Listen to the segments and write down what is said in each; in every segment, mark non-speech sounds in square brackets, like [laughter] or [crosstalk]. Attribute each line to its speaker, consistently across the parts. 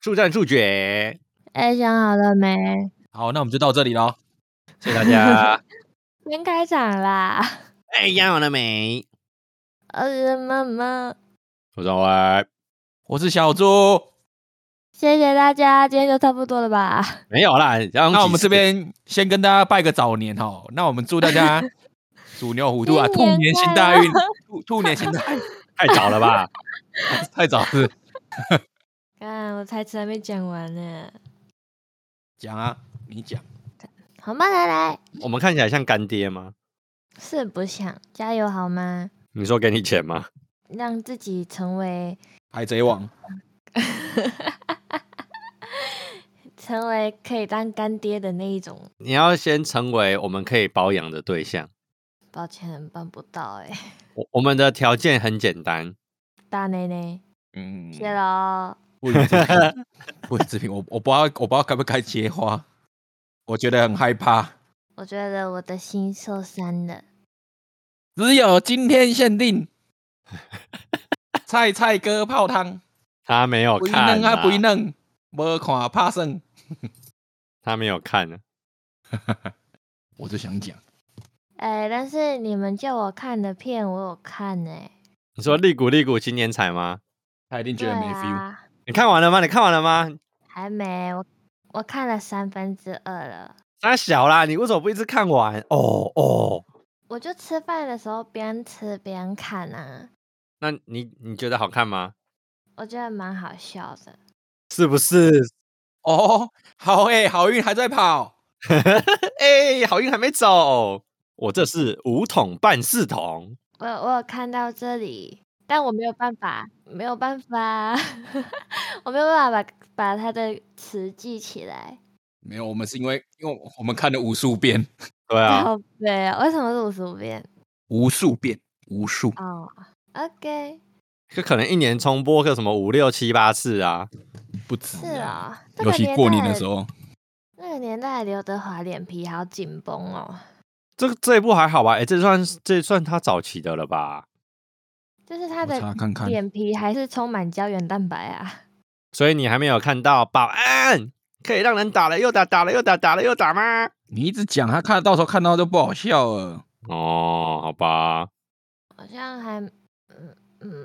Speaker 1: 速战速决。
Speaker 2: 哎、想好了没？
Speaker 3: 好，那我们就到这里喽。
Speaker 1: 谢谢大家。
Speaker 2: 先开场啦！
Speaker 1: [laughs]
Speaker 2: [laughs]
Speaker 1: 哎，养好了没？
Speaker 2: 呃，妈妈，
Speaker 1: 我是 Y，
Speaker 3: 我是小猪，
Speaker 2: 谢谢大家，今天就差不多了吧？
Speaker 1: 没有啦。然后
Speaker 3: 那我们这边先跟大家拜个早年哈。那我们祝大 [laughs] 家鼠牛虎兔啊，兔
Speaker 2: 新年
Speaker 3: 年行大运，兔兔年行大运，
Speaker 1: 太早了吧？ [laughs]
Speaker 3: 太早了。
Speaker 2: 看我台词还没讲完呢，
Speaker 3: 讲啊，你讲。
Speaker 2: 好吗？来来，
Speaker 1: 我们看起来像干爹吗？
Speaker 2: 是不想加油好吗？
Speaker 1: 你说给你钱吗？
Speaker 2: 让自己成为
Speaker 3: 海贼王，
Speaker 2: 成为可以当干爹的那一种。
Speaker 1: 你要先成为我们可以包养的对象。
Speaker 2: 抱歉，办不到哎、
Speaker 1: 我我们的条件很简单， [laughs]
Speaker 2: 大内内，
Speaker 3: 嗯，
Speaker 2: 谢喽。
Speaker 3: 不予置评，不予置评。我我不知道，我不知道该不该接话，我觉得很害怕。
Speaker 2: 我觉得我的心受伤了。
Speaker 3: 只有今天限定，菜菜哥泡汤，
Speaker 1: 他没有
Speaker 3: 不一
Speaker 1: 看
Speaker 3: 弄啊
Speaker 1: 啊，
Speaker 3: 不一弄，没看怕生。
Speaker 1: 他没有看啊。
Speaker 3: 我就想讲，
Speaker 2: 哎、但是你们叫我看的片，我有看哎、
Speaker 1: 你说利古利古新年彩吗？
Speaker 3: 他一定觉
Speaker 2: 对
Speaker 3: 得没 feel。
Speaker 2: 啊，
Speaker 1: 你看完了吗？你看完了吗？
Speaker 2: 还没，我我看了三分之二了。
Speaker 1: 他小啦，你为什么不一直看完？哦哦，
Speaker 2: 我就吃饭的时候边吃边看啊，
Speaker 1: 那你你觉得好看吗？
Speaker 2: 我觉得蛮好笑的。
Speaker 1: 是不是？
Speaker 3: 哦，好诶、好运还在跑。
Speaker 1: [laughs] 哎、好运还没走，我这是五桶半四桶。
Speaker 2: 我我有看到这里，但我没有办法，没有办法， [laughs] 我没有办法把把它的词记起来。
Speaker 3: 没有，我们是因为因为我们看了无数遍，
Speaker 1: 对啊，
Speaker 2: 好对啊，为什么是五十五遍？
Speaker 3: 无数遍，无数。
Speaker 2: 哦，OK，
Speaker 1: 就可能一年重播个什么五六七八次啊。
Speaker 3: 不止
Speaker 2: 是
Speaker 3: 啊，
Speaker 2: 啊、那
Speaker 3: 尤
Speaker 2: 个
Speaker 3: 其
Speaker 2: 年
Speaker 3: 过年
Speaker 2: 代
Speaker 3: 的时候，
Speaker 2: 那个年代刘德华脸皮好紧绷哦，
Speaker 1: 这这一部还好吧？哎、这算这算他早期的了吧？
Speaker 2: 就是他
Speaker 3: 我
Speaker 2: 的
Speaker 3: 查看看。
Speaker 2: 脸皮还是充满胶原蛋白啊。
Speaker 1: 所以你还没有看到保安可以让人打了又打，打了又打，打了又打吗？
Speaker 3: 你一直讲，他看到时候看到就不好笑了。
Speaker 1: 哦，好吧，
Speaker 2: 好像还，嗯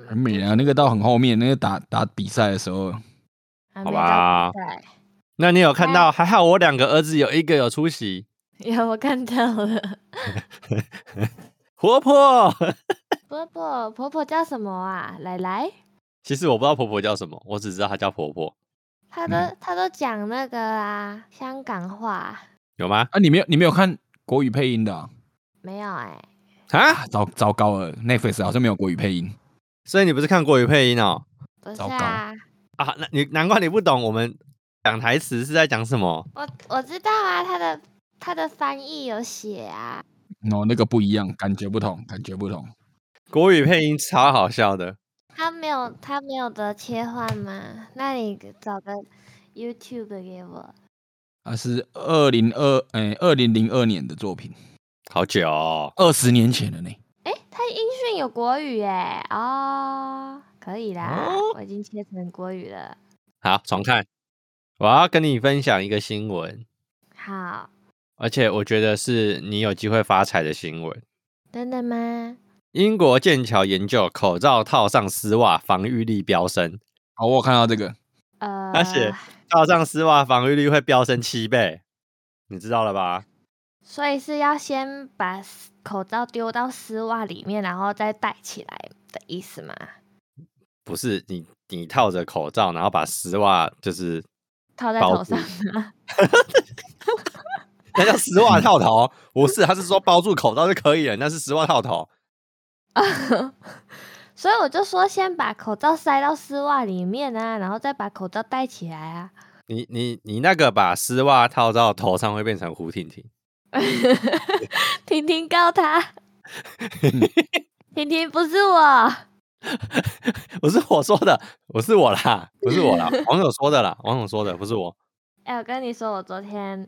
Speaker 3: 很
Speaker 2: 嗯，
Speaker 3: 美啊，那个到很后面，那个打打比赛的时候，
Speaker 2: 还
Speaker 1: 好
Speaker 2: 没
Speaker 1: 吧
Speaker 2: 到比赛，
Speaker 1: 那你有看到？还好我两个儿子有一个有出席，
Speaker 2: [laughs] 有我看到了。
Speaker 1: 活泼。
Speaker 2: [laughs] 婆婆婆婆叫什么啊？奶奶，
Speaker 1: [laughs] 其实我不知道婆婆叫什么，我只知道她叫婆婆，
Speaker 2: 她都她都讲那个啊，香港话
Speaker 1: 有吗？
Speaker 3: 啊，你没有你没有看国语配音的啊？
Speaker 2: 没有哎、
Speaker 1: 啊，
Speaker 3: 啊糟糟糕了，Netflix 好像没有国语配音。
Speaker 1: 所以你不是看国语配音哦？
Speaker 2: 不是
Speaker 3: 糟糕
Speaker 2: 啊，
Speaker 1: 啊，那你难怪你不懂我们讲台词是在讲什么。
Speaker 2: 我我知道啊，她的她的翻译有写啊，
Speaker 3: 哦，那个不一样，感觉不同，感觉不同。
Speaker 1: 国语配音超好笑的，
Speaker 2: 她没有她没有得切换吗？那你找个 YouTube 给我，
Speaker 3: 啊，是二零二哎二零零二年的作品，
Speaker 1: 好久、哦。
Speaker 3: 二十年前了呢。
Speaker 2: 哎、她音讯有国语哎、哦，可以啦，
Speaker 1: 哦
Speaker 2: 我已经切成国语了，
Speaker 1: 好，重看。我要跟你分享一个新闻，
Speaker 2: 好，
Speaker 1: 而且我觉得是你有机会发财的新闻。
Speaker 2: 真的吗？
Speaker 1: 英国剑桥研究，口罩套上丝袜，防御力飙升。
Speaker 3: 好，我有看到这个，
Speaker 2: 呃，
Speaker 1: 而且套上丝袜，防御力会飙升七倍，你知道了吧？
Speaker 2: 所以是要先把丝口罩丢到丝袜里面，然后再戴起来的意思吗？
Speaker 1: 不是你，你套着口罩，然后把丝袜就是
Speaker 2: 套在
Speaker 1: 包
Speaker 2: 头
Speaker 1: 住
Speaker 2: 上吗？
Speaker 1: 那叫丝袜套头，不是，他是说包住口罩就可以了，那是丝袜套头。
Speaker 2: [laughs] 所以我就说，先把口罩塞到丝袜里面啊，然后再把口罩戴起来啊。 [laughs]
Speaker 1: 你你你那个把丝袜套到头上会变成胡婷婷，
Speaker 2: 婷婷告他，婷婷不是我，
Speaker 1: 不是我说的，不是我啦，不是我啦，网友说的啦，网友说的不是我。
Speaker 2: 哎、我跟你说，我昨天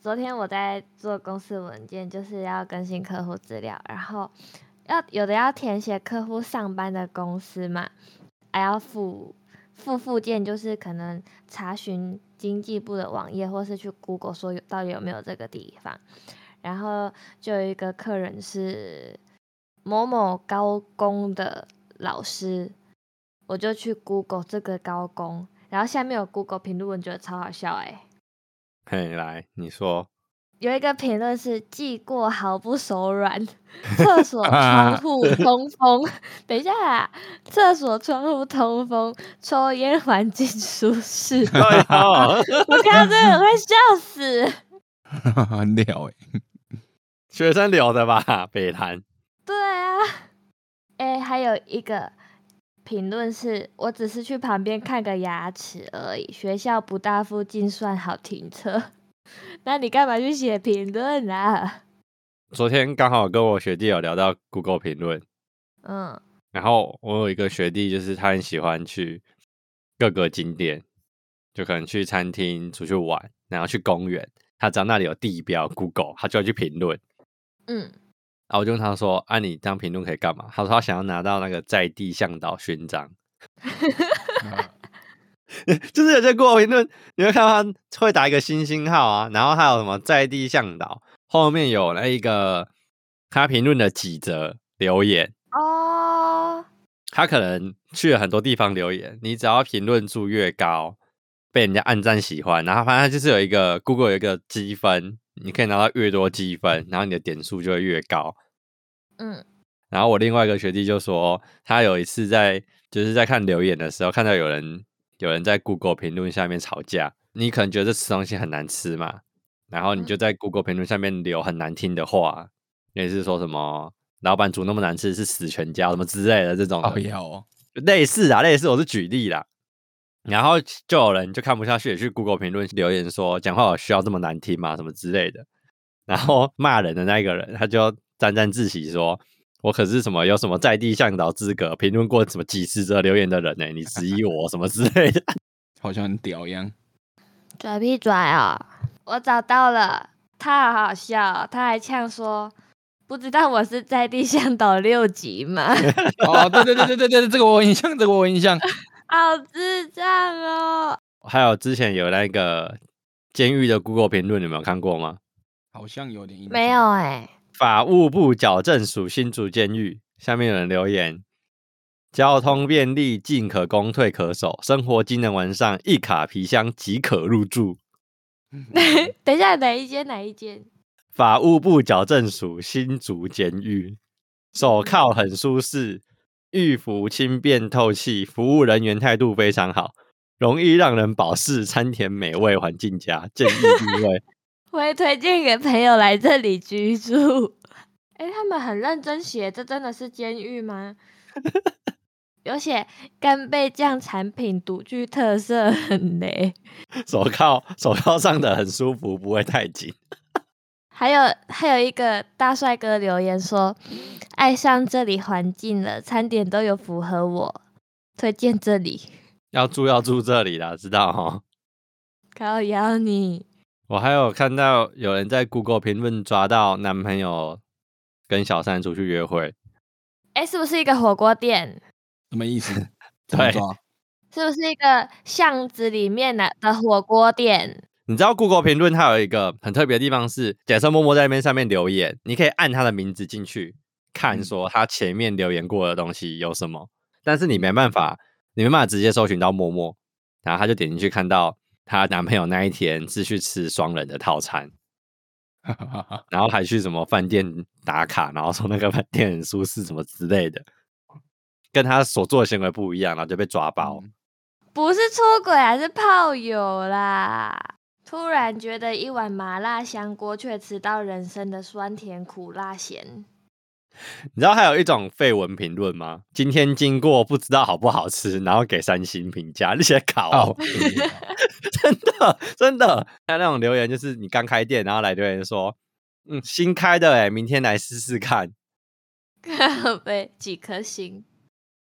Speaker 2: 昨天我在做公司文件，就是要更新客户资料，然后要有的要填写客户上班的公司嘛，还要附附附件就是可能查询经济部的网页，或是去 Google 说有到底有没有这个地方。然后就有一个客人是某某高工的老师，我就去 Google 这个高工，然后下面有 Google 评论，觉得超好笑哎、
Speaker 1: 嘿，来，你说，
Speaker 2: 有一个评论是“记过毫不手软”， [laughs] 厕所、窗户通风。等一下啊，厕所、窗户通风，抽烟环境舒适。
Speaker 1: 对哦，
Speaker 2: 我看到真的很会笑死。
Speaker 3: [laughs] 很屌哎、
Speaker 1: 学生留的吧，北兰，
Speaker 2: 对啊，哎、还有一个评论是我只是去旁边看个牙齿而已，学校不大附近算好停车。 [laughs] 那你干嘛去写评论啊？
Speaker 1: 昨天刚好跟我学弟有聊到 Google 评论，
Speaker 2: 嗯，
Speaker 1: 然后我有一个学弟，就是他很喜欢去各个景点，就可能去餐厅、出去玩，然后去公园。他只要那里有地标 Google，他就会去评论。
Speaker 2: 嗯，
Speaker 1: 然后我就问他说：“啊，你这样评论可以干嘛？”他说他想要拿到那个在地向导勋章。 [laughs]
Speaker 3: 啊
Speaker 1: 就是有些 Google 评论，你会看到他会打一个星星号啊，然后还有什么在地向导，后面有那一个他评论的几则留言，
Speaker 2: 哦，
Speaker 1: 他可能去了很多地方留言，你只要评论数越高，被人家暗赞喜欢，然后反正就是有一个 Google 有一个积分，你可以拿到越多积分，然后你的点数就会越高。
Speaker 2: 嗯
Speaker 1: 然后我另外一个学弟就说，他有一次在就是在看留言的时候，看到有人有人在 Google 评论下面吵架，你可能觉得这吃东西很难吃嘛，然后你就在 Google 评论下面留很难听的话，类似说什么老板煮那么难吃是死全家什么之类的这种的
Speaker 3: 好妖哦，
Speaker 1: 类似啊，类似，我是举例啦。然后就有人就看不下去，也去 Google 评论留言说：“讲话有需要这么难听吗？什么之类的。”然后骂人的那一个人，他就沾沾自喜说：“我可是什么有什么在地向导资格，评论过什么几十则留言的人呢、你质疑我什么之类的 [laughs]
Speaker 3: 好像很屌一样。 [laughs]
Speaker 2: 拽屁拽啊、我找到了，他好好笑哦、他还呛说：“不知道我是在地向导六级 [laughs] 吗？
Speaker 3: 哦，对对对对对对，这个我有印象，这个我有印 [laughs] 象。
Speaker 2: 好智障哦！”
Speaker 1: 还有之前有那个监狱的 Google 评论，你们有看过吗？
Speaker 3: 好像有点印象。
Speaker 2: 没有哎、
Speaker 1: 法务部矫正署新竹监狱，下面有人留言：交通便利，进可攻，退可守，生活机能完善，一卡皮箱即可入住。
Speaker 2: 等一下，哪一间？哪一间？
Speaker 1: 法务部矫正署新竹监狱，手铐很舒适，浴服轻便透气，服务人员态度非常好，容易让人饱释，餐甜美味，环境佳，建议定位。
Speaker 2: 我会推荐给朋友来这里居住。 [laughs] 哎、他们很认真写，这真的是监狱 [laughs] 吗？有写干贝酱产品独具特色，很雷。
Speaker 1: 手铐手铐上的很舒服，不会太紧。 [laughs]
Speaker 2: 还有还有一个大帅哥留言说，爱上这里环境了，餐点都有符合我，推荐这里。
Speaker 1: 要住要住这里啦，知道哈。
Speaker 2: 靠邀你，
Speaker 1: 我还有看到有人在 Google 评论抓到男朋友跟小三出去约会，
Speaker 2: 哎、是不是一个火锅店？
Speaker 3: [laughs] 什么意 [laughs] 思？怎么
Speaker 1: 对
Speaker 3: [laughs] 抓
Speaker 2: 是不是一个巷子里面的的火锅店？
Speaker 1: 你知道 Google 评论它有一个很特别的地方是，假设默默在那边上面留言，你可以按他的名字进去看，
Speaker 3: 嗯
Speaker 1: 说他前面留言过的东西有什么，但是你没办法，你没办法直接搜寻到默默，然后他就点进去看到她男朋友那一天是去吃双人的套餐，然后还去什么饭店打卡，然后说那个饭店很舒适什么之类的，跟他所做的行为不一样，然后就被抓
Speaker 3: [laughs]
Speaker 1: 包。
Speaker 3: 嗯
Speaker 2: 不是出轨还是炮友啦？突然觉得一碗麻辣香锅却吃到人生的酸甜苦辣咸， [laughs]
Speaker 1: 你知道还有一种绯闻评论吗？今天经过不知道好不好吃，然后给三星评价，那些烤
Speaker 3: [laughs] 哦
Speaker 1: 哦，， [laughs] 真的真的，还有那种留言就是你刚开店，然后来留言说，嗯，新开的哎，明天来试试看。
Speaker 2: 靠背几颗星？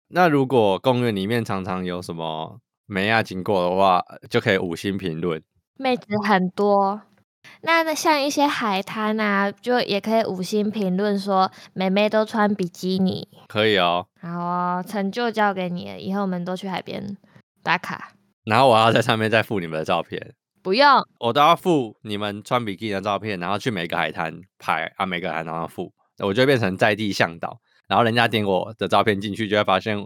Speaker 1: 那如果公园里面常常有什么梅亚经过的话，就可以五星评论。
Speaker 2: 妹子很多。那那像一些海滩啊，就也可以五星评论说妹妹都穿比基尼。
Speaker 1: 可以哦，
Speaker 2: 好哦，成就交给你了，以后我们都去海边。打卡，
Speaker 1: 然后我要在上面再附你们的照片，
Speaker 2: 不用
Speaker 1: 我都要附你们穿比基尼的照片，然后去每个海滩拍啊，每个海滩上附，我就会变成在地向导。然后人家点我的照片进去，就会发现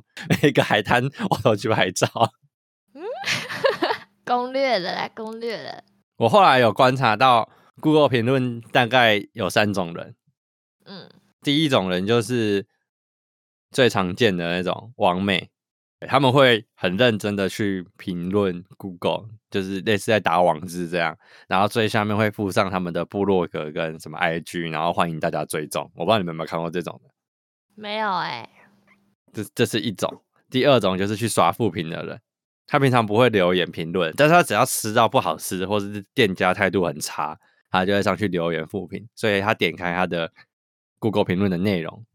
Speaker 1: 每个海滩我都去拍照。 [laughs]
Speaker 2: 攻略了啦，攻略了。
Speaker 1: 我后来有观察到，Google 评论大概有三种人，
Speaker 2: 嗯，
Speaker 1: 第一种人就是最常见的那种网美，他们会很认真的去评论 Google，就是类似在打网字这样，然后最下面会附上他们的部落格跟什么 IG，然后欢迎大家追踪。我不知道你们有没有看过这种的，
Speaker 2: 没有哎、
Speaker 1: 这这是一种。第二种就是去刷负评的人，他平常不会留言评论，但是他只要吃到不好吃或是店家态度很差，他就会上去留言负评，所以他点开他的 Google 评论的内容，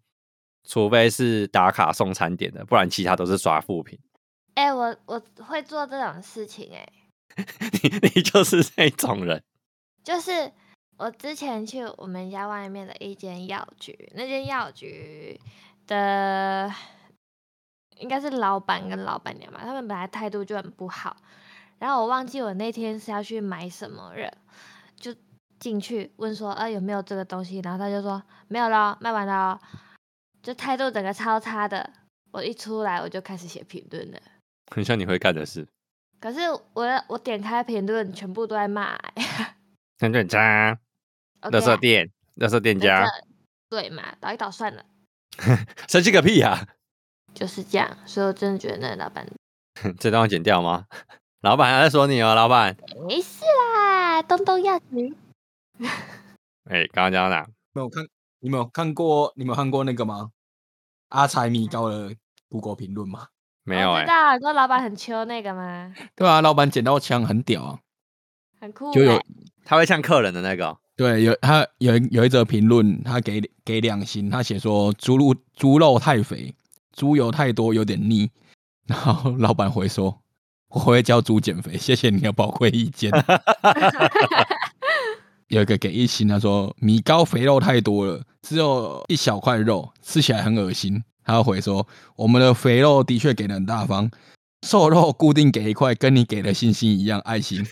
Speaker 1: 除非是打卡送餐点的，不然其他都是刷负评。 [laughs]
Speaker 2: 哎、我我会做这种事情哎、
Speaker 1: 你你就是那种人，
Speaker 2: 就是我之前去我们家外面的一间药局，那间药局的应该是老板跟老板娘嘛，他们本来态度就很不好，然后我忘记我那天是要去买什么了，就进去问说，呃，有没有这个东西？然后他就说没有咯，卖完了哦，就态度整个超差的。我一出来我就开始写评论了，
Speaker 1: 很像你会干的事，
Speaker 2: 可是我我点开评论全部都在骂、欸， [laughs]
Speaker 1: 那就很渣，
Speaker 2: OK
Speaker 1: 垃圾
Speaker 2: 啊
Speaker 1: 店，垃圾店
Speaker 2: 那
Speaker 1: 家，
Speaker 2: 这对嘛，倒一倒算了，
Speaker 1: 生气个屁啊呀、
Speaker 2: 就是这样。所以我真的觉得那个老板
Speaker 1: [laughs] 这段要剪掉吗？ [laughs] 老板还在说你哦，老板。
Speaker 2: 没事啦，东东要死。
Speaker 1: 哎、刚刚讲到哪？
Speaker 3: 没有看，你们有看过？你们有看过那个吗？阿财米高的 Google 评论吗？
Speaker 1: 没有
Speaker 2: 我
Speaker 1: 哎、
Speaker 2: 知道，你说老板很秋那个吗？
Speaker 3: 对啊，老板捡到枪很屌啊。
Speaker 2: 很酷、欸，
Speaker 3: 就有
Speaker 1: 他会像客人的那个哦、
Speaker 3: 对，有他有一有一则评论，他给给两星，他写说猪肉猪肉太肥，猪油太多有点腻。然后老板回说，我会教猪减肥，谢谢你的宝贵意见。有一个给一星，他说米糕肥肉太多了，只有一小块肉，吃起来很恶心。他回说，我们的肥肉的确给的很大方，瘦肉固定给一块，跟你给的星星一样，爱心。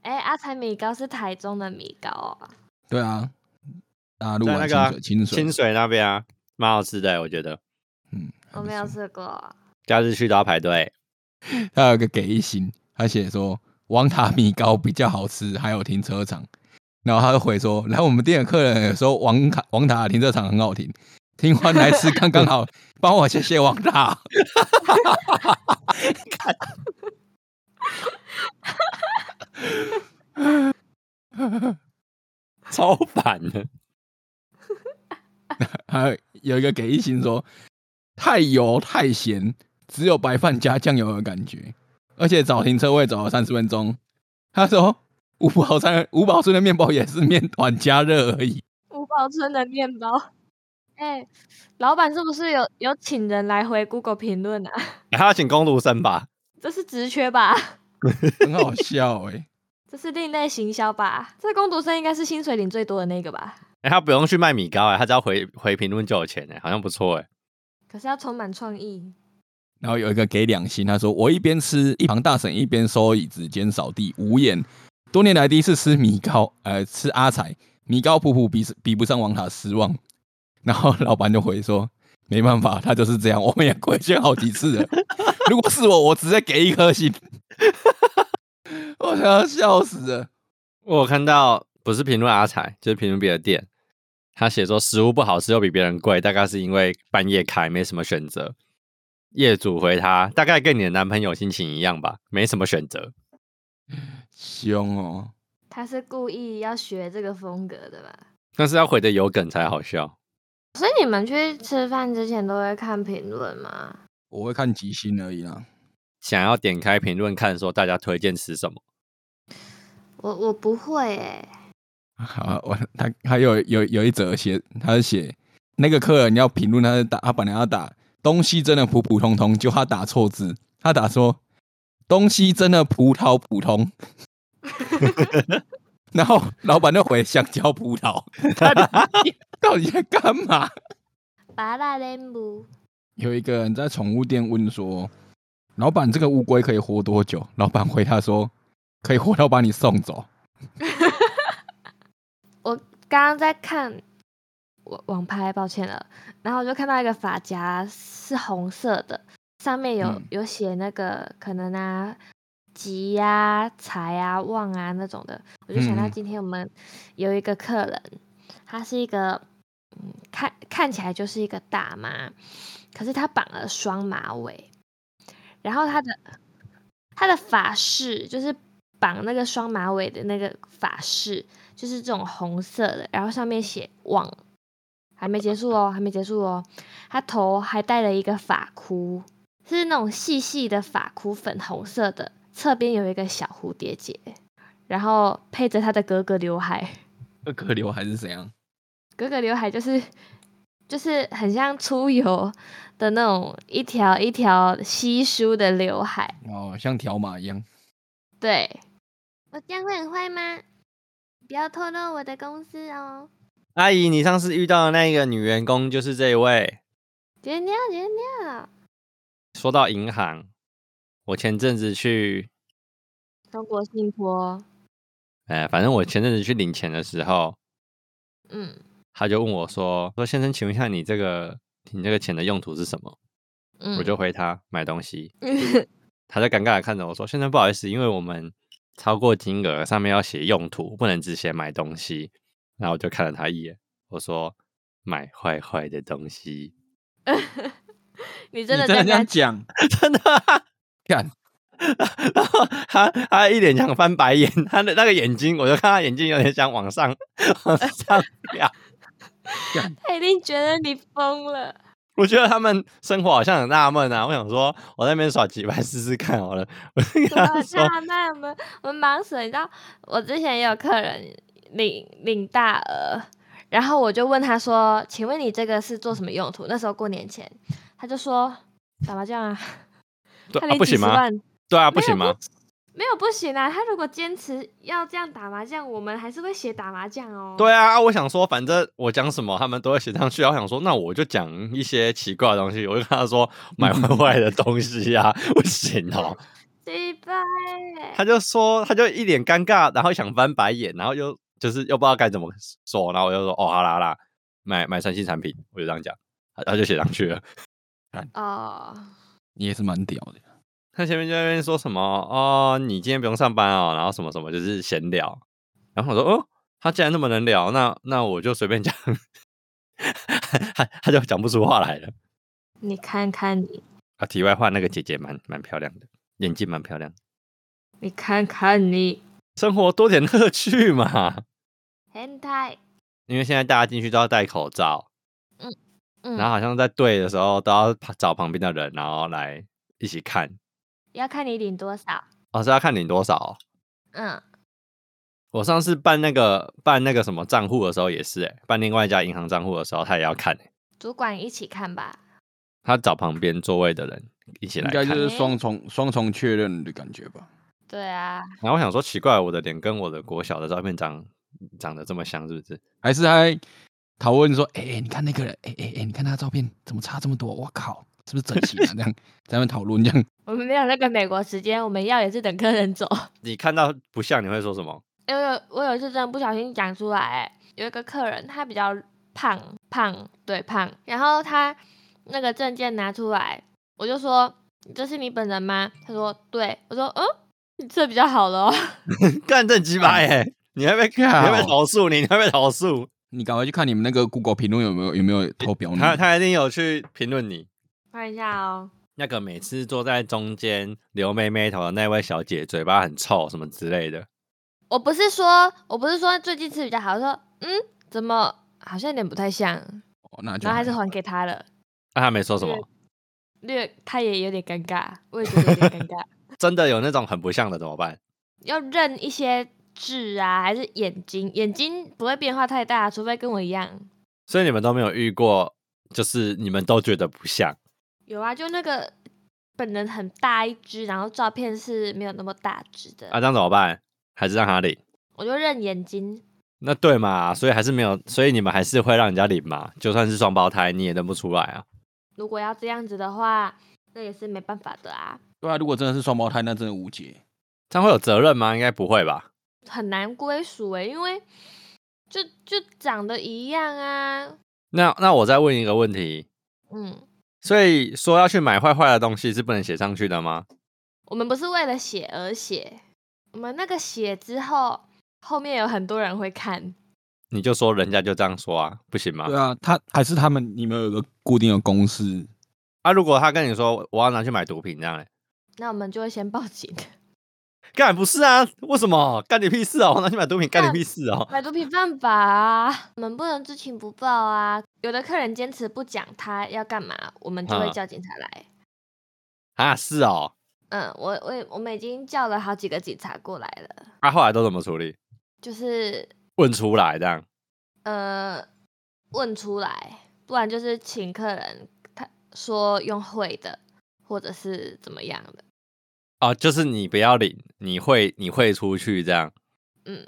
Speaker 2: 哎、阿财米糕是台中的米糕哦，
Speaker 3: 对啊，大陆
Speaker 1: 在
Speaker 3: 啊，
Speaker 1: 那个啊
Speaker 3: 清水，
Speaker 1: 清水那边啊，蛮好吃的、我觉得。
Speaker 3: 嗯，还
Speaker 1: 啊
Speaker 2: 我哦
Speaker 3: 不
Speaker 2: 没有
Speaker 3: 错
Speaker 2: 吃过。 [laughs]
Speaker 1: 假日去都要排队，
Speaker 3: [laughs] 他有一个给一星，他写说王塔米糕比较好吃，还有停车场。然后他就回说，来我们店的客人有时候王塔王塔停车场很好停，听完来吃刚
Speaker 2: [laughs]
Speaker 3: 刚好，帮我谢谢王塔。
Speaker 1: [laughs]
Speaker 3: [laughs]
Speaker 1: 超烦的。
Speaker 3: 还呃有一个给一星说，太油太咸，只有白饭加酱油的感觉，而且找停车位找了三十分钟。他说五宝山五宝村的面包也是面团加热而已。
Speaker 2: 五宝村的面包，哎、老板是不是有有请人来回 Google 评论啊？ [laughs]
Speaker 1: 还欸要请工读生吧？
Speaker 2: 这是职缺吧？ [laughs]
Speaker 3: 很好笑哎、
Speaker 2: 这是另类行销吧？这工读生应该是薪水领最多的那个吧？
Speaker 1: 哎、他不用去卖米糕哎、他只要回回评论就有钱哎、好像不错哎、
Speaker 2: 可是要充满创意，
Speaker 3: 然后有一个给两星，他说我一边吃一旁大婶一边收椅子兼扫地，无言。多年来第一次吃米糕，呃，吃阿彩米糕普普比比不上王塔，失望。然后老板就回说没办法，他就是这样，我们也规劝好几次 [laughs] 了。如果是我，我直接给一颗星。 [laughs] 我想要笑死了。
Speaker 1: 我有看到不是评论阿彩，就是评论别的店，他写说食物不好吃又比别人贵，大概是因为半夜开没什么选择。业主回他，大概跟你的男朋友心情一样吧，没什么选择。
Speaker 3: 凶哦，
Speaker 2: 他是故意要学这个风格的吧？
Speaker 1: 但是要回的有梗才好笑。
Speaker 2: 所以你们去吃饭之前都会看评论吗？
Speaker 3: 我会看几星而已啦。
Speaker 1: 想要点开评论看，说大家推荐吃什么？
Speaker 2: 我我不会诶、
Speaker 3: 好，我他他有有有一则写，他是写那个客人要评论，他是打他本来要打东西真的普普通通，就他打错字，他打说东西真的葡萄普通，然后老板就回香蕉葡萄，他到底在干嘛？
Speaker 2: 巴拉雷姆
Speaker 3: 有一个人在宠物店问说，老板，这个乌龟可以活多久？老板回答说，可以活到把你送走。
Speaker 2: 刚刚在看网网拍，抱歉了，然后我就看到一个发夹是红色的，上面有、
Speaker 3: 嗯
Speaker 2: 有写那个可能啊吉呀、财啊、旺啊那种的，我就想到
Speaker 3: 嗯
Speaker 2: 今天我们有一个客人，她是一个嗯看看起来就是一个大妈，可是她绑了双马尾，然后她的她的发饰就是绑那个双马尾的那个发饰，就是这种红色的，然后上面写“旺”，还没结束哦，还没结束哦。她头还戴了一个发箍，是那种细细的发箍，粉红色的，侧边有一个小蝴蝶结，然后配着她的格格刘海， [laughs]
Speaker 3: 二哥流还是怎样？
Speaker 2: 格格刘海就是就是很像出油的那种一条一条稀疏的刘海，
Speaker 3: 哦，像条码一样。
Speaker 2: 对，我这样会很坏吗？不要透露我的公司哦。
Speaker 1: 阿姨，你上次遇到的那个女员工就是这一位。
Speaker 2: 绝尿绝尿，
Speaker 1: 说到银行，我前阵子去，
Speaker 2: 中国信托，
Speaker 1: 呃，反正我前阵子去领钱的时候，
Speaker 2: 嗯
Speaker 1: 他就问我说：“说先生，请问一下，你这个你这个钱的用途是什么？”
Speaker 2: 嗯，
Speaker 1: 我
Speaker 2: [laughs]
Speaker 1: 就回他买东西，
Speaker 2: 嗯
Speaker 1: 他就尴尬的看着我说：“先生，不好意思，因为我们超过金额，上面要写用途，不能只写买东西。”然后我就看了他一眼，我说：“买坏坏的东西。
Speaker 2: 你
Speaker 3: 你
Speaker 2: 真的
Speaker 3: 这
Speaker 2: 在家
Speaker 3: 样讲？”
Speaker 1: 真的、啊，
Speaker 3: 干，
Speaker 1: [laughs] 然后他他一脸想翻白眼， [laughs] 他的那个眼睛，我就看他眼睛有点想往上 [laughs] 往上掉。 [laughs]
Speaker 2: 他一定觉得你疯了。
Speaker 1: 我觉得他们生活好像很纳闷啊。我想说，我在那边耍几百试试看好了。 [laughs] 我就
Speaker 2: [laughs]
Speaker 1: 跟
Speaker 2: 怎么
Speaker 1: 他说，
Speaker 2: 大卖？我们我们忙死了，你知道，我之前也有客人领领大额，然后我就问他说：“请问你这个是做什么用途？”那时候过年前，他就说打麻将啊，
Speaker 1: 对
Speaker 2: [laughs] 他
Speaker 1: 啊，
Speaker 2: 领
Speaker 1: 不
Speaker 2: 几
Speaker 1: 行
Speaker 2: 十
Speaker 1: 吗？
Speaker 2: 万
Speaker 1: 对啊，不行吗？
Speaker 2: 没有不行啊，他如果坚持要这样打麻将，我们还是会写打麻将哦。
Speaker 1: 对啊，啊我想说，反正我讲什么，他们都会写上去啊。我想说，那我就讲一些奇怪的东西。我就跟他说， [laughs] 买坏坏的东西啊，不行哦。
Speaker 2: 对吧？
Speaker 1: 他就说，他就一脸尴尬，然后想翻白眼，然后又就是又不知道该怎么说，然后我就说，哦，好啦好啦，买买三星产品，我就这样讲，他他就写上去了。
Speaker 2: 哦，
Speaker 3: 你也是蛮屌的。
Speaker 1: 他前面就在那边说什么哦，你今天不用上班哦，然后什么什么，就是闲聊。然后我说哦，他既然那么能聊，那那我就随便讲，他他就讲不出话来了。
Speaker 2: 你看看你，
Speaker 1: 啊，题外话，那个姐姐蛮蛮漂亮的，眼睛蛮漂亮的，
Speaker 2: 你看看你，
Speaker 1: 生活多点乐趣嘛。
Speaker 2: 很态，
Speaker 1: 因为现在大家进去都要戴口罩，
Speaker 2: 嗯，
Speaker 1: 然后好像在对的时候都要旁找旁边的人，然后来一起看。
Speaker 2: 要看你领多少，
Speaker 1: 哦，是要看领多少哦、
Speaker 2: 嗯，
Speaker 1: 我上次办那个办那个什么账户的时候也是、欸，办另外一家银行账户的时候，他也要看、欸
Speaker 2: 主管一起看吧。
Speaker 1: 他找旁边座位的人一起
Speaker 3: 应
Speaker 1: 来
Speaker 3: 该
Speaker 1: 看。
Speaker 3: 就是
Speaker 2: 哎
Speaker 3: 双重双重确认的感觉吧。
Speaker 2: 对啊，
Speaker 1: 然后我想说，奇怪，我的脸跟我的国小的照片长长得这么像，是不是？
Speaker 3: 还是还讨论说，哎、哎、你看那个人，哎哎哎，你看他的照片怎么差这么多？我靠，是不是整形啊？这样咱们讨论这样，
Speaker 2: 我们没有那个美国时间，我们要也是等客人走。
Speaker 1: 你看到不像，你会说什么？
Speaker 2: [laughs]
Speaker 1: [laughs]
Speaker 2: 因为有我有一次真的不小心讲出来、有一个客人他比较胖胖，对胖，然后他那个证件拿出来，我就说这是你本人吗？他说对，我说嗯，你这比较好 [laughs] 了、哦，
Speaker 1: 干这鸡
Speaker 3: 嗯
Speaker 1: 巴耶！你会被你会被
Speaker 3: 靠
Speaker 1: 投诉你，你会被投诉。
Speaker 3: 你赶快去看你们那个 Google 评论有没有有没有偷标你？
Speaker 1: 他他一定有去评论你。
Speaker 2: 看一下哦，
Speaker 1: 那个每次坐在中间留妹妹头的那位小姐，嘴巴很臭什么之类的，
Speaker 2: 我不是说我不是说最近吃比较好，我说嗯，怎么好像有点不太 [laughs] 像，
Speaker 3: 哦那就
Speaker 2: 然后还是
Speaker 3: 好
Speaker 2: 还给他了，
Speaker 1: 那、他没说什么
Speaker 2: 对。略他也有点尴尬，我也觉得有点尴尬。
Speaker 1: 真的有那种很不像的怎么办？
Speaker 2: 要认一些痣啊，还是眼睛？眼睛不会变化太大，除非跟我一样。
Speaker 1: 所以你们都没有遇过，就是你们都觉得不像。
Speaker 2: 有啊，就那个本人很大一只，然后照片是没有那么大只的，
Speaker 1: 啊，这样怎么办？还是让他领？
Speaker 2: 我就认眼睛。
Speaker 1: 那对嘛，所以还是没有，所以你们还是会让人家领嘛。就算是双胞胎，你也认不出来啊。
Speaker 2: 如果要这样子的话，那也是没办法的啊。
Speaker 3: 对啊，如果真的是双胞胎，那真的无解。
Speaker 1: 这样会有责任吗？应该不会吧？
Speaker 2: 很难归属诶，因为就就长得一样啊，
Speaker 1: 那那我再问一个问题，
Speaker 2: 嗯，
Speaker 1: 所以说要去买坏坏的东西是不能写上去的吗？
Speaker 2: 我们不是为了写而写，我们那个写之后，后面有很多人会看，
Speaker 1: 你就说人家就这样说啊，不行吗？
Speaker 3: 对啊，他还是他们，你们有个固定的公式，
Speaker 1: 啊，如果他跟你说我要拿去买毒品这样嘞，
Speaker 2: 那我们就会先报警。
Speaker 1: 干不是啊？为什么？干你屁事哦！我拿去买毒品，干你
Speaker 2: 干
Speaker 1: 屁事哦！
Speaker 2: 买毒品犯法啊，我们不能知情不报啊。有的客人坚持不讲他要干嘛，我们就会
Speaker 1: 嗯
Speaker 2: 叫警察来。
Speaker 1: 啊，是哦。
Speaker 2: 嗯，我我也我们已经叫了好几个警察过来了，
Speaker 1: 啊，后来都怎么处理？
Speaker 2: 就是
Speaker 1: 问出来这样。
Speaker 2: 呃问出来，不然就是请客人他说用会的，或者是怎么样的。
Speaker 1: 哦，就是你不要领，你会你会出去这样。
Speaker 2: 嗯，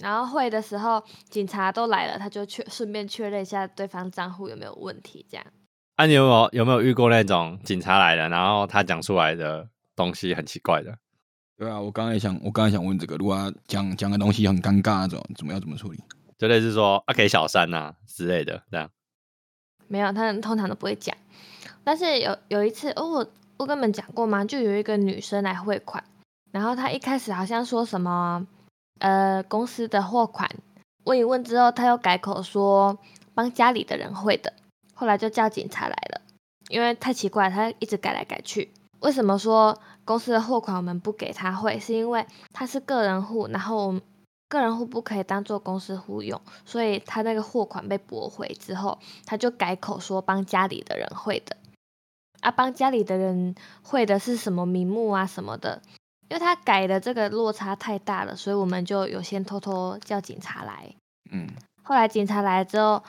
Speaker 2: 然后会的时候，警察都来了，他就确顺便确认一下对方账户有没有问题，这样。
Speaker 1: 啊，你有没有有没有遇过那种警察来了，然后他讲出来的东西很奇怪的？
Speaker 3: 对啊，我刚才想，我刚才想问这个，如果他讲讲的东西很尴尬那种，怎么要怎么处理？
Speaker 1: 就类似说啊给小三呐、之类的这样。
Speaker 2: 没有，他们通常都不会讲。但是有有一次，哦，我我跟你们讲过吗？就有一个女生来汇款，然后她一开始好像说什么，呃，公司的货款，问一问之后，她又改口说帮家里的人汇的，后来就叫警察来了，因为太奇怪，她一直改来改去。为什么说公司的货款我们不给她汇？是因为她是个人户，然后我们个人户不可以当做公司户用，所以她那个货款被驳回之后，他就改口说帮家里的人汇的，啊，帮家里的人汇的是什么名目啊什么的，因为他改的这个落差太大了，所以我们就有先偷偷叫警察来。
Speaker 3: 嗯，
Speaker 2: 后来警察来之后，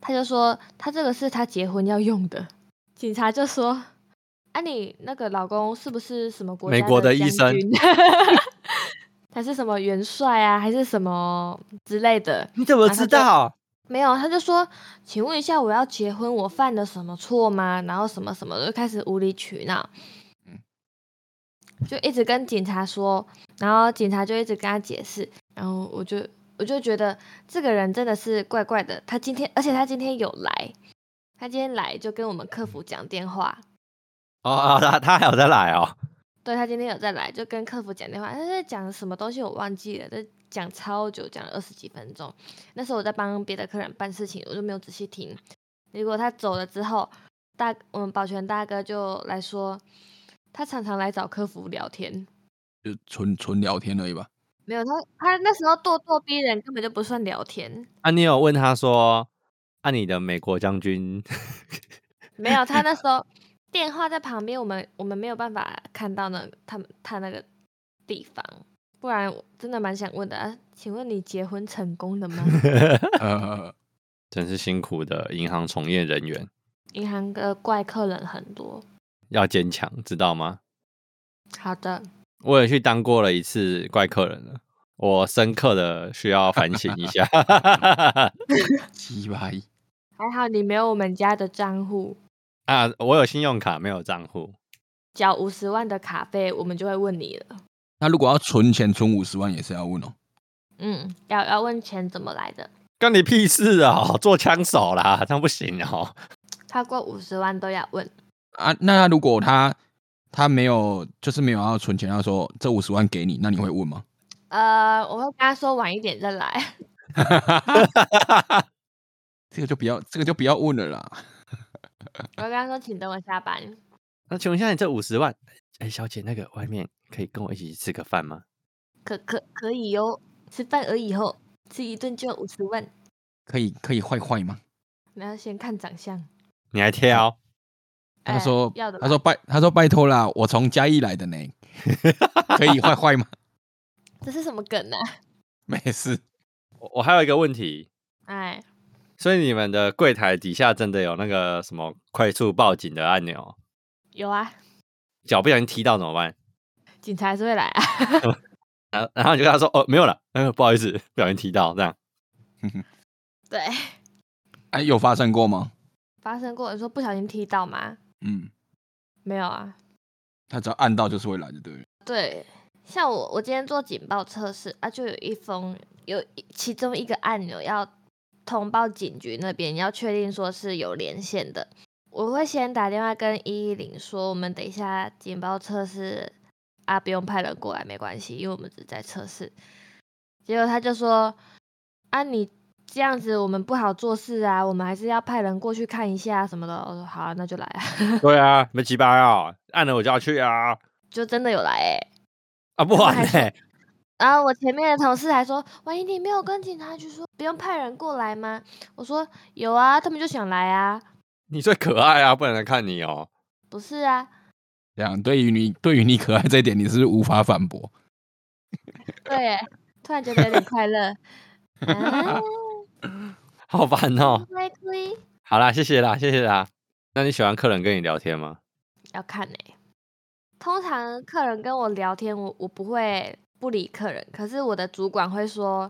Speaker 2: 他就说他这个是他结婚要用的，警察就说。啊，你那个老公是不是什么国家
Speaker 1: 美国的医
Speaker 2: 将
Speaker 1: 生 [laughs]
Speaker 2: 军？ [laughs] 他是什么元帅啊，还是什么之类的？
Speaker 1: 你怎么
Speaker 2: 知
Speaker 1: 道？
Speaker 2: 没有，他就说：“请问一下，我要结婚，我犯了什么错吗？”然后什么什么的，就开始无理取闹，
Speaker 3: 嗯
Speaker 2: 就一直跟警察说，然后警察就一直跟他解释，然后我就我就觉得这个人真的是怪怪的。他今天，而且他今天有来，他今天来就跟我们客服讲电话，
Speaker 1: 哦哦，他他还有再来哦。
Speaker 2: 对他今天有再来，就跟客服讲电话，他在讲什么东西我忘记了，在讲超久，讲了二十几分钟。那时候我在帮别的客人办事情，我就没有仔细听。结果他走了之后，大我们保全大哥就来说，他常常来找客服聊天，
Speaker 3: 就纯纯聊天而已吧。 [laughs]
Speaker 2: 没有他他那时候咄咄逼人，根本就不算聊天。
Speaker 1: 啊，你有问他说啊你的美国将军
Speaker 2: 没有他那时候电话在旁边，我们我们没有办法看到那他们他那个地方，不然我真的蛮想问的、啊，请问你结婚成功了吗？
Speaker 3: 呃，
Speaker 1: 真是辛苦的银行从业人员，
Speaker 2: 银行的怪客人很多。
Speaker 1: 要坚强，知道吗？
Speaker 2: 好的，
Speaker 1: 我也去当过了一次怪客人了，我深刻的需要反省一下。 [laughs]
Speaker 3: 鸡巴一
Speaker 2: 还好你没有我们家的账户，
Speaker 1: 啊，我有信用卡，没有账户。
Speaker 2: 缴五十万的卡费，我们就会问你了。
Speaker 3: 那如果要存钱，存五十万也是要问哦。
Speaker 2: 嗯，要要问钱怎么来的，
Speaker 1: 干你屁事哦！做枪手啦，这样不行哦。 [laughs]
Speaker 2: 超过五十万都要问。
Speaker 3: 啊，那如果他他没有，就是没有要存钱，他说这五十万给你，那你会问吗？
Speaker 2: 呃，我会跟他说晚一点再来。 [laughs]
Speaker 3: 这个就不要，这个就不要问了啦。
Speaker 2: 我会跟他说，请等我下班。
Speaker 1: 那请问一下，你这五十万，哎、小姐，那个外面可以跟我一起吃个饭吗？
Speaker 2: 可可可以哟、吃饭而已吼，吃一顿就五十万，
Speaker 3: 可以可以坏坏吗？
Speaker 2: 然后先看长相。
Speaker 1: 你还挑？
Speaker 3: 他
Speaker 2: 哎
Speaker 3: 说
Speaker 2: 要的，
Speaker 3: 他说拜，他说拜托啦，我从嘉义来
Speaker 1: [laughs]
Speaker 3: 的呢，可以坏坏吗？
Speaker 2: 这是什么梗呢、啊？
Speaker 3: 没事，
Speaker 1: 我我还有一个问题，
Speaker 2: 哎，
Speaker 1: 所以你们的柜台底下真的有那个什么快速报警的按钮，
Speaker 2: 有啊，
Speaker 1: 脚不小心踢到怎么办？
Speaker 2: 警察还是会来啊。
Speaker 1: 然后然后你就跟他说，哦，没有了，嗯，不好意思，不小心踢到这样。
Speaker 2: 对，
Speaker 3: 哎、有发生过吗？
Speaker 2: 发生过，你说不小心踢到吗？
Speaker 3: 嗯，
Speaker 2: 没有啊，
Speaker 3: 他只要按到就是会来，就对了。
Speaker 2: 对，像我我今天做警报测试啊，就有一封有一其中一个按钮要通报警局那边，要确定说是有连线的。我会先打电话跟一一零说，我们等一下警报测试啊，不用派人过来没关系，因为我们只在测试。结果他就说啊，你这样子我们不好做事啊，我们还是要派人过去看一下什么的。我说好、啊，那就来啊，
Speaker 1: [laughs]
Speaker 2: [laughs]
Speaker 1: 对啊，没鸡巴啊，按了我就要去啊，
Speaker 2: 就真的有来哎、
Speaker 1: 啊不
Speaker 2: 们
Speaker 1: 玩
Speaker 2: 还
Speaker 1: 嘞、
Speaker 2: 说然后我前面的同事还说：“万一你没有跟警察局说不用派人过来吗？”我说：“有啊，他们就想来啊。
Speaker 1: 你最可爱啊，不能来看你哦。”
Speaker 2: 不是啊，
Speaker 3: 这样，对于你对于你可爱这一点，你是不是无法反驳。
Speaker 2: 对耶，突然觉得有点快乐。 [laughs] 啊
Speaker 1: 好烦哦。
Speaker 2: ，likely
Speaker 1: 好啦，谢谢啦，谢谢啦。那你喜欢客人跟你聊天吗？
Speaker 2: 要看呢、欸通常客人跟我聊天，我我不会不理客人，可是我的主管会说：“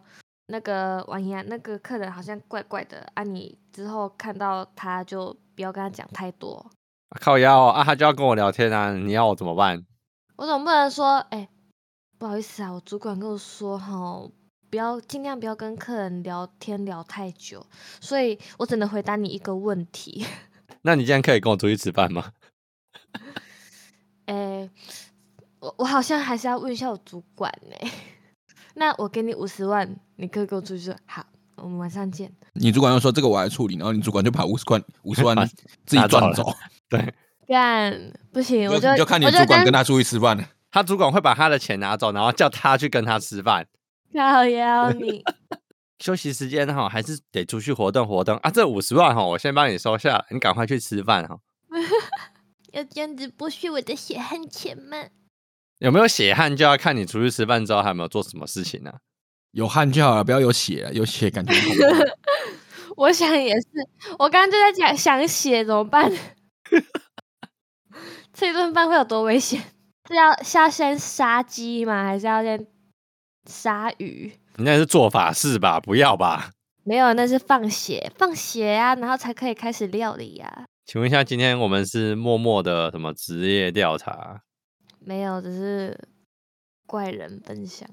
Speaker 2: 那个王怡啊，那个客人好像怪怪的啊，你之后看到他就不要跟他讲太多。”
Speaker 1: 啊靠腰哦啊，他就要跟我聊天啊，你要我怎么办？
Speaker 2: 我总不能说，哎、不好意思啊，我主管跟我说，哈，不要尽量不要跟客人聊天聊太久，所以我只能回答你一个问题，
Speaker 1: 那你今天可以跟我出去吃饭吗？
Speaker 2: 哎、我我好像还是要问一下我主管呢、 [laughs] 那我给你五十万，你可以跟我出去说好，我们晚上见。
Speaker 3: 你主管又说这个我来处理，然后你主管就把五十块五十万自
Speaker 1: [laughs]
Speaker 3: 己
Speaker 1: 拿走
Speaker 3: 赚
Speaker 1: 了
Speaker 3: 走，
Speaker 1: 对
Speaker 2: 干不行，我
Speaker 3: 你哎你就看你主管跟他出去吃饭了。
Speaker 1: 他主管会把他的钱拿走，然后叫他去跟他吃饭。
Speaker 2: 靠邀你， [laughs]
Speaker 1: 休息时间哈，还是得出去活动活动啊。这五十万哈，我先帮你收下来，你赶快去吃饭哈。
Speaker 2: 要这样子剥削我的血汗钱吗？
Speaker 1: 有没有血汗就要看你出去吃饭之后还有没有做什么事情呢、啊？
Speaker 3: 有汗就好了，不要有血了，有血感觉很恐怖。
Speaker 2: 我想也是，我刚刚就在讲想写怎么办？ [laughs] 吃一顿饭会有多危险？是要是要先杀鸡吗？还是要先杀鱼？
Speaker 1: 你那是做法事吧？不要吧？
Speaker 2: 没有，那是放血，放血啊，然后才可以开始料理啊。
Speaker 1: 请问一下，今天我们是默默的什么职业调查？
Speaker 2: 没有，只是怪人分享，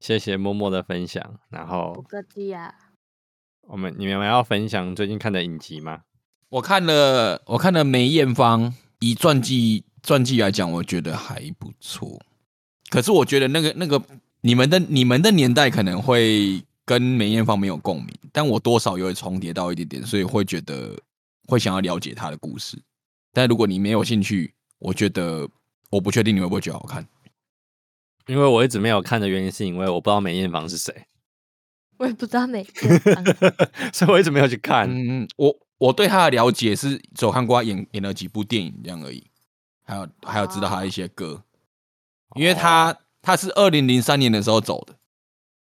Speaker 1: 谢谢默默的分享。然
Speaker 2: 不
Speaker 1: 后
Speaker 2: 客气啊。 [laughs]
Speaker 1: 我们你们要分享最近看的影集吗？
Speaker 3: 我看了，我看了梅艳芳，以传记传记来讲，我觉得还不错。可是我觉得那个那个你们的你们的年代可能会跟梅艳芳没有共鸣，但我多少有重叠到一点点，所以会觉得会想要了解她的故事。但如果你没有兴趣，我觉得我不确定你会不会觉得好看。
Speaker 1: 因为我一直没有看的原因，是因为我不知道梅艳芳是谁， [laughs]
Speaker 2: 我也不知道哪个方
Speaker 1: 所以我一直没有去看。
Speaker 3: 嗯，我我对她的了解是只有看过她演演了几部电影这样而已，还有还有知道她的一些歌。因为他他是二零零三年的时候走的，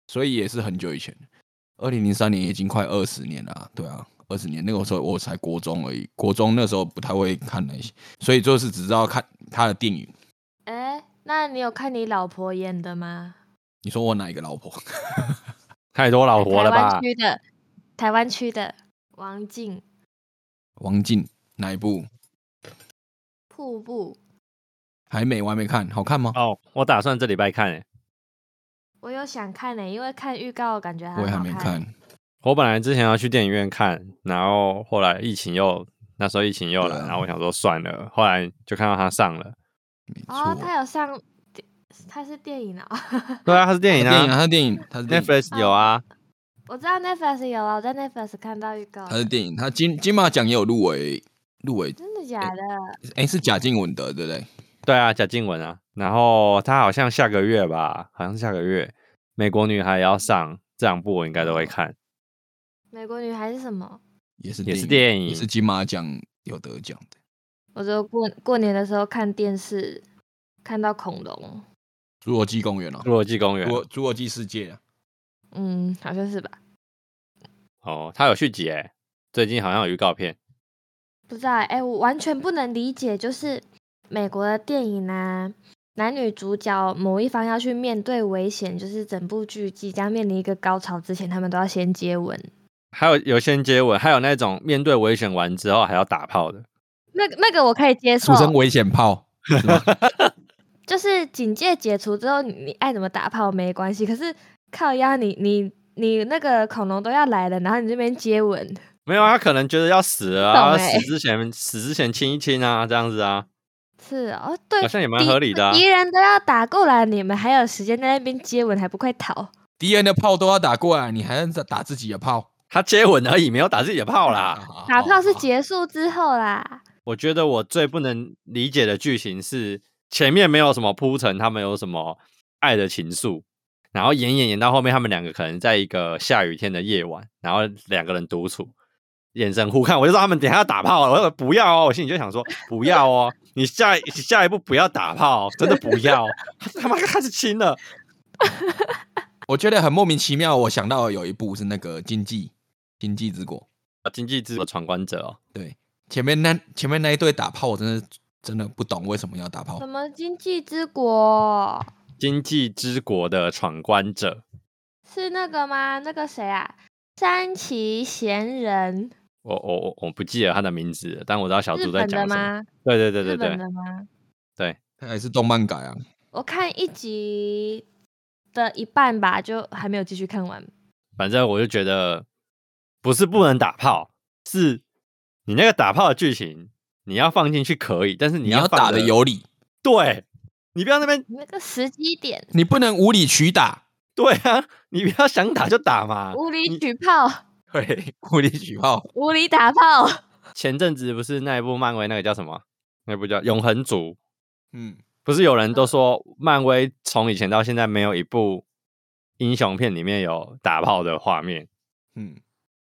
Speaker 3: 所以也是很久以前。二零零三年已经快二十年了啊、对啊，二十年那个时候我才国中而已，国中那时候不太会看那些，所以就是只知道看他的电影。
Speaker 2: 哎、那你有看你老婆演的吗？
Speaker 3: 你说我哪一个老婆？
Speaker 1: 太多老婆了
Speaker 2: 台
Speaker 1: 吧
Speaker 2: 湾？区的，台湾区的王静。
Speaker 3: 王静哪一部？
Speaker 2: 瀑布，
Speaker 3: 还没，我还没看，好看吗？
Speaker 1: 哦，我打算这礼拜看、欸。
Speaker 2: 我有想看呢、因为看预告感觉还
Speaker 3: 我也还
Speaker 2: 好
Speaker 3: 没
Speaker 2: 看。
Speaker 3: 看。
Speaker 1: 我本来之前要去电影院看，然后后来疫情又那时候疫情又来，
Speaker 3: 对啊
Speaker 1: 然后我想说算了，后来就看到他上了。
Speaker 3: 没错，
Speaker 2: 哦，他有上电，他是电影啊、
Speaker 1: 对啊，他是电影
Speaker 3: 电影啊，
Speaker 1: 啊
Speaker 3: 他的电影，他的电影，
Speaker 2: 嗯
Speaker 1: ，Netflix 有啊。
Speaker 2: [laughs] 我知道 Netflix 有啊，我在 Netflix 看到预告
Speaker 3: 他
Speaker 2: 了，
Speaker 3: 的电影，他金金马奖也有入围，入围，
Speaker 2: 真的假的？
Speaker 3: 哎，是贾静雯的，对不对？
Speaker 1: 对啊，贾静雯啊，然后她好像下个月吧，好像下个月《美国女孩》也要上，这两部我应该都会看。
Speaker 2: 美国女孩是什么？
Speaker 3: 也是
Speaker 1: 也是电
Speaker 3: 也
Speaker 1: 影
Speaker 3: 是金马奖有得奖的。
Speaker 2: 我就过过年的时候看电视，看到恐龙，
Speaker 3: 侏罗纪公园哦
Speaker 1: 侏，罗纪公园
Speaker 3: 侏罗侏罗纪世界啊，
Speaker 2: 嗯，好像是吧？
Speaker 1: 哦，它有续集诶，最近好像有预告片。
Speaker 2: 不知道哎、我完全不能理解，就是美国的电影啊，男女主角某一方要去面对危险，就是整部剧即将面临一个高潮之前，他们都要先接吻。
Speaker 1: 还有有先接吻，还有那种面对危险完之后还要打炮的，
Speaker 2: 那个那个我可以接受
Speaker 3: 出，生危险炮，是吗？
Speaker 2: 就是警戒解除之后，你你爱怎么打炮没关系，可是靠压你你你那个恐龙都要来了，然后你这边接吻，
Speaker 1: 没有啊，他可能觉得要死了啊，
Speaker 2: 嗯懂欸
Speaker 1: 死之前死之前亲一亲啊，这样子啊，
Speaker 2: 是哦，对，
Speaker 1: 好像也蛮
Speaker 2: 敌
Speaker 1: 合理的啊
Speaker 2: 敌人都要打过来，你们还有时间在那边接吻，还不快
Speaker 1: 哦
Speaker 2: 逃？
Speaker 3: 敌人的炮都要打过来，你还在打自己的炮？
Speaker 1: 他接吻而已，没有打自己的炮
Speaker 3: 啊
Speaker 1: 啦。
Speaker 3: 好
Speaker 2: 打
Speaker 3: 好
Speaker 2: 炮是
Speaker 1: 哦
Speaker 3: 好
Speaker 2: 结束之后啦，
Speaker 1: 我觉得我最不能理解的剧情是前面没有什么铺陈，他们有什么爱的情愫，然后演演演到后面，他们两个可能在一个下雨天的夜晚，然后两个人独处，眼神互看，我就知道他们等一下要打炮了。我说不要哦，我心里就想说不要哦，你下一下一步不要打炮，真的不要，他妈开始亲了。
Speaker 3: 我觉得很莫名其妙。我想到有一部是那个《经济经济之国》，
Speaker 1: 啊经济之闯关者哦，
Speaker 3: 对，前面那前面那一对打炮，我真的真的不懂为什么要
Speaker 1: 哦
Speaker 3: 打炮
Speaker 2: 什。么经济之国
Speaker 1: 经济之国的闯关者，
Speaker 2: 是那个吗？那个谁啊？山崎贤人，
Speaker 1: 我我我我不记得他的名字了，但我知道小
Speaker 2: 日
Speaker 1: 猪在
Speaker 2: 本的
Speaker 1: 讲什么。
Speaker 2: 吗？
Speaker 1: 对对对
Speaker 2: 日
Speaker 1: 对
Speaker 2: 本
Speaker 1: 对
Speaker 2: 的吗？
Speaker 1: 对，
Speaker 3: 它也是动漫改啊，
Speaker 2: 我看一集的一半吧，就还没有继续看完。
Speaker 1: 反正我就觉得不是不能打炮，是你那个打炮的剧情你要放进去可以，但是
Speaker 3: 你
Speaker 1: 要
Speaker 3: 要
Speaker 1: 放
Speaker 3: 打的有理，
Speaker 1: 对，你不要那边
Speaker 2: 那个时机点，
Speaker 3: 你不能无理取打。
Speaker 1: 对啊，你不要想打就打嘛。
Speaker 2: 无理
Speaker 1: 啊你
Speaker 2: 取炮，
Speaker 3: 对，无理取炮。
Speaker 2: 无理打炮。
Speaker 1: [laughs] 前阵子不是那一部漫威那个叫什么？那部叫《永恒族》，
Speaker 3: 嗯，
Speaker 1: 不是有人都说漫威从以前到现在没有一部英雄片里面有打炮的画面。
Speaker 3: 嗯，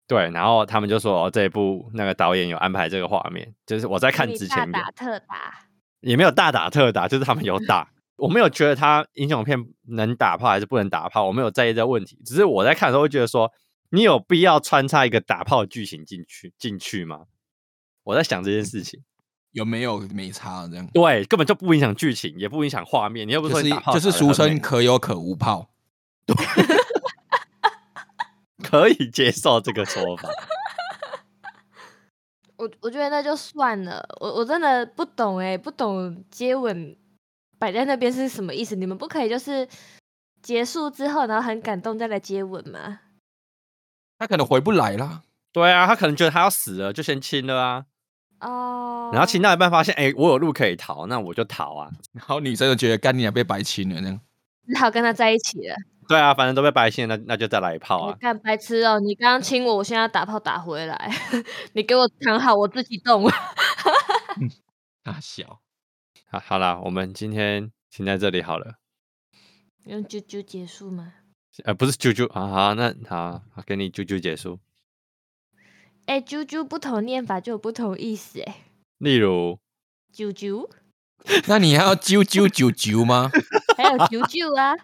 Speaker 1: 对，然后他们就说、哦、这一部那个导演有安排这个画面，就是我在
Speaker 2: 无
Speaker 1: 看
Speaker 2: 理
Speaker 1: 之
Speaker 2: 大
Speaker 1: 前有
Speaker 2: 打特打，
Speaker 1: 也没有大打特打，就是他们有打。我没有觉得他英雄片能打炮还是不能打炮，我没有在意这个问题。只是我在看的时候会觉得说，你有必要穿插一个打炮的剧情进去进去吗？我在想这件事情，
Speaker 3: 有没有没差这样？
Speaker 1: 对，根本就不影响剧情，也不影响画面。你又不
Speaker 3: 就
Speaker 1: 说
Speaker 3: 是
Speaker 1: 你打炮
Speaker 3: 就
Speaker 1: 打
Speaker 3: 是
Speaker 1: 得
Speaker 3: 俗
Speaker 1: 很
Speaker 3: 称
Speaker 1: 美
Speaker 3: 可有可无炮。
Speaker 1: 可以接受这个说法，
Speaker 2: 我我觉得那就算了。我我真的不懂哎、不懂接吻摆在那边是什么意思？你们不可以就是结束之后，然后很感动再来接吻吗？
Speaker 3: 他可能回不来啦。
Speaker 1: 对啊，他可能觉得他要死了，就先亲了啊，
Speaker 2: 哦，
Speaker 1: 然后亲到一半发现，哎、我有路可以逃，那我就逃啊。
Speaker 3: 然后女生就觉得干你啊娘被白亲了
Speaker 1: [laughs]
Speaker 3: 这样。
Speaker 2: 只好跟他在一起了。
Speaker 1: 对啊，反正都被白线，那那就再来一炮
Speaker 2: 你
Speaker 1: 啊。
Speaker 2: 干白痴哦！你刚刚亲我，我现在要打炮打回来， [laughs] 你给我躺好，我自己动。
Speaker 3: 大小
Speaker 1: 好，好啦，我们今天停在这里好了。
Speaker 2: 用啾啾结束吗？
Speaker 1: 呃，不是啾啾啊，好，那好，好给你啾啾结束。
Speaker 2: 哎、啾啾不同念法就有不同意思哎。
Speaker 1: 例如，
Speaker 2: 啾啾，
Speaker 3: 那你还要啾啾啾啾吗？
Speaker 2: 还有啾啾啊，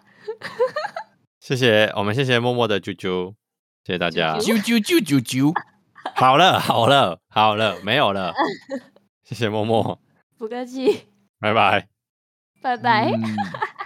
Speaker 1: 谢谢我们谢谢默默的啾啾，谢谢大家。
Speaker 3: 啾啾啾啾啾。
Speaker 1: 好了，好了，好了，没有
Speaker 3: [laughs]
Speaker 1: 了。谢谢默默，
Speaker 2: 不客气，
Speaker 1: 拜拜。
Speaker 2: 拜拜。
Speaker 3: 嗯